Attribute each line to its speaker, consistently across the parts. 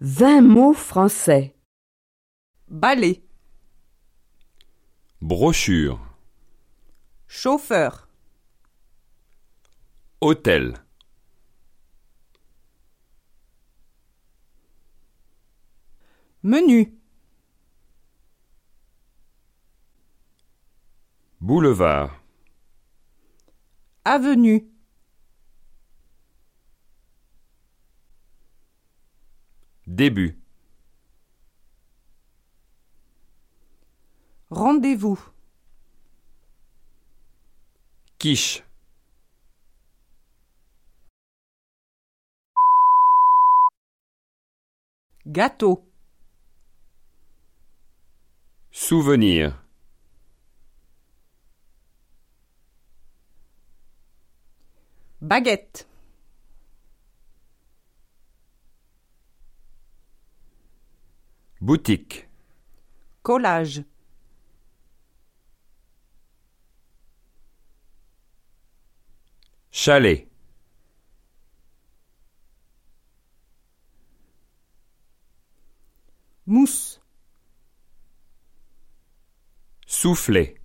Speaker 1: 20 mots français.
Speaker 2: balai,
Speaker 3: brochure,
Speaker 2: chauffeur,
Speaker 3: hôtel,
Speaker 2: menu,
Speaker 3: boulevard,
Speaker 2: avenue,
Speaker 3: début,
Speaker 2: rendez-vous,
Speaker 3: quiche.
Speaker 2: gâteau,
Speaker 3: Souvenir.
Speaker 2: baguette,
Speaker 3: Boutique.
Speaker 2: collage,
Speaker 3: Chalet.
Speaker 2: mousse,
Speaker 3: Souffler.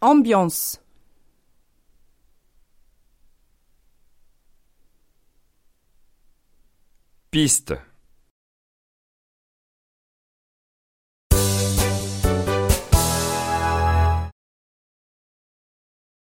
Speaker 2: ambiance,
Speaker 3: Piste.